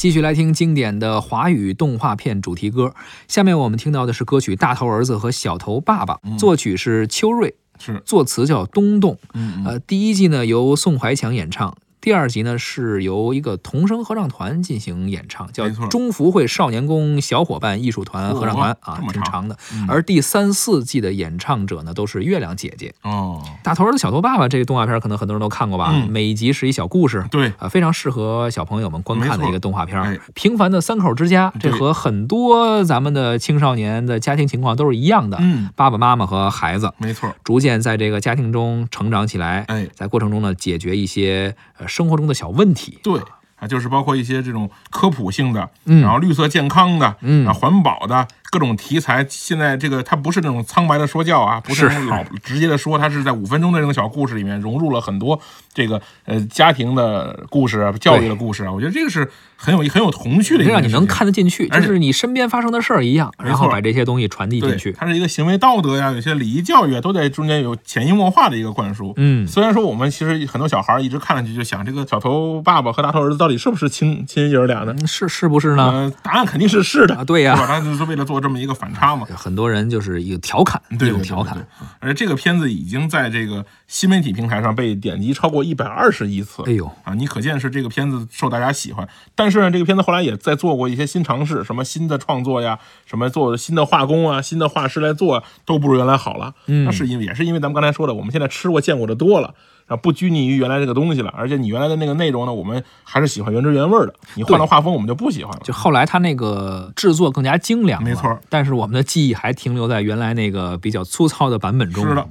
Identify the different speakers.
Speaker 1: 继续来听经典的华语动画片主题歌。下面我们听到的是歌曲《大头儿子和小头爸爸》，
Speaker 2: 嗯
Speaker 1: 作曲是秋瑞，
Speaker 2: 是，
Speaker 1: 作词叫东栋。
Speaker 2: 嗯嗯
Speaker 1: 呃，第一季呢由宋怀强演唱，第二集呢是由一个童声合唱团进行演唱，叫
Speaker 2: 没错
Speaker 1: 中福会少年宫小伙伴艺术团合唱团
Speaker 2: 哇
Speaker 1: 啊
Speaker 2: 这，么
Speaker 1: 挺
Speaker 2: 长
Speaker 1: 长的。
Speaker 2: 嗯
Speaker 1: 而第三四季的演唱者呢都是月亮姐姐。
Speaker 2: 哦，
Speaker 1: 大头儿子小头爸爸这个动画片可能很多人都看过吧，
Speaker 2: 嗯
Speaker 1: 每一集是一小故事。
Speaker 2: 对，
Speaker 1: 啊，非常适合小朋友们观看
Speaker 2: 没
Speaker 1: 的
Speaker 2: 错
Speaker 1: 一个动画片儿。
Speaker 2: 哎
Speaker 1: 平凡的三口之家，这
Speaker 2: 对
Speaker 1: 和很多咱们的青少年的家庭情况都是一样的。
Speaker 2: 嗯，
Speaker 1: 爸爸妈妈和孩子
Speaker 2: 没错，
Speaker 1: 逐渐在这个家庭中成长起来，
Speaker 2: 哎，
Speaker 1: 在过程中呢，解决一些呃生活中的小问题。
Speaker 2: 对。啊，就是包括一些这种科普性的，
Speaker 1: 嗯
Speaker 2: 然后绿色健康的，
Speaker 1: 嗯
Speaker 2: 啊，环保的各种题材。现在这个它不是那种苍白的说教啊，不是
Speaker 1: 是
Speaker 2: 那种老直接的说，它是在五分钟的这种小故事里面融入了很多这个呃家庭的故事、啊、教育的故事啊。我觉得这个是很有很有童趣的一
Speaker 1: 这
Speaker 2: 个，
Speaker 1: 让你能看得进去，就
Speaker 2: 而且
Speaker 1: 是你身边发生的事儿一样，
Speaker 2: 没
Speaker 1: 然后
Speaker 2: 错
Speaker 1: 把这些东西传递进
Speaker 2: 对，
Speaker 1: 去。
Speaker 2: 它是一个行为道德呀、有些礼仪教育啊，都在中间有潜移默化的一个灌输。
Speaker 1: 嗯
Speaker 2: 虽然说我们其实很多小孩儿一直看上去就想，这个小头爸爸和大头儿子到底是不是亲亲爷儿俩呢？
Speaker 1: 嗯是是不是呢？
Speaker 2: 呃，答案肯定是是的，
Speaker 1: 啊，对
Speaker 2: 是
Speaker 1: 呀，
Speaker 2: 吧？他就是为了做这么一个反差嘛。
Speaker 1: 很多人就是一个调侃，
Speaker 2: 对
Speaker 1: 一种调侃。，
Speaker 2: 而这个片子已经在这个新媒体平台上被点击超过一百二十亿次
Speaker 1: 哎呦，
Speaker 2: 啊！你可见是这个片子受大家喜欢。但是呢，这个片子后来也在做过一些新尝试，什么新的创作呀，什么做新的画工啊，新的画师来做，都不如原来好了。
Speaker 1: 嗯
Speaker 2: 那是因为也是因为咱们刚才说的，我们现在吃过见过的多了。啊，不拘泥于原来这个东西了，而且你原来的那个内容呢，我们还是喜欢原汁原味儿的。你换了画风，我们就不喜欢了。
Speaker 1: 就后来他那个制作更加精良了，
Speaker 2: 没错儿
Speaker 1: 但是我们的记忆还停留在原来那个比较粗糙的版本中。
Speaker 2: 是的，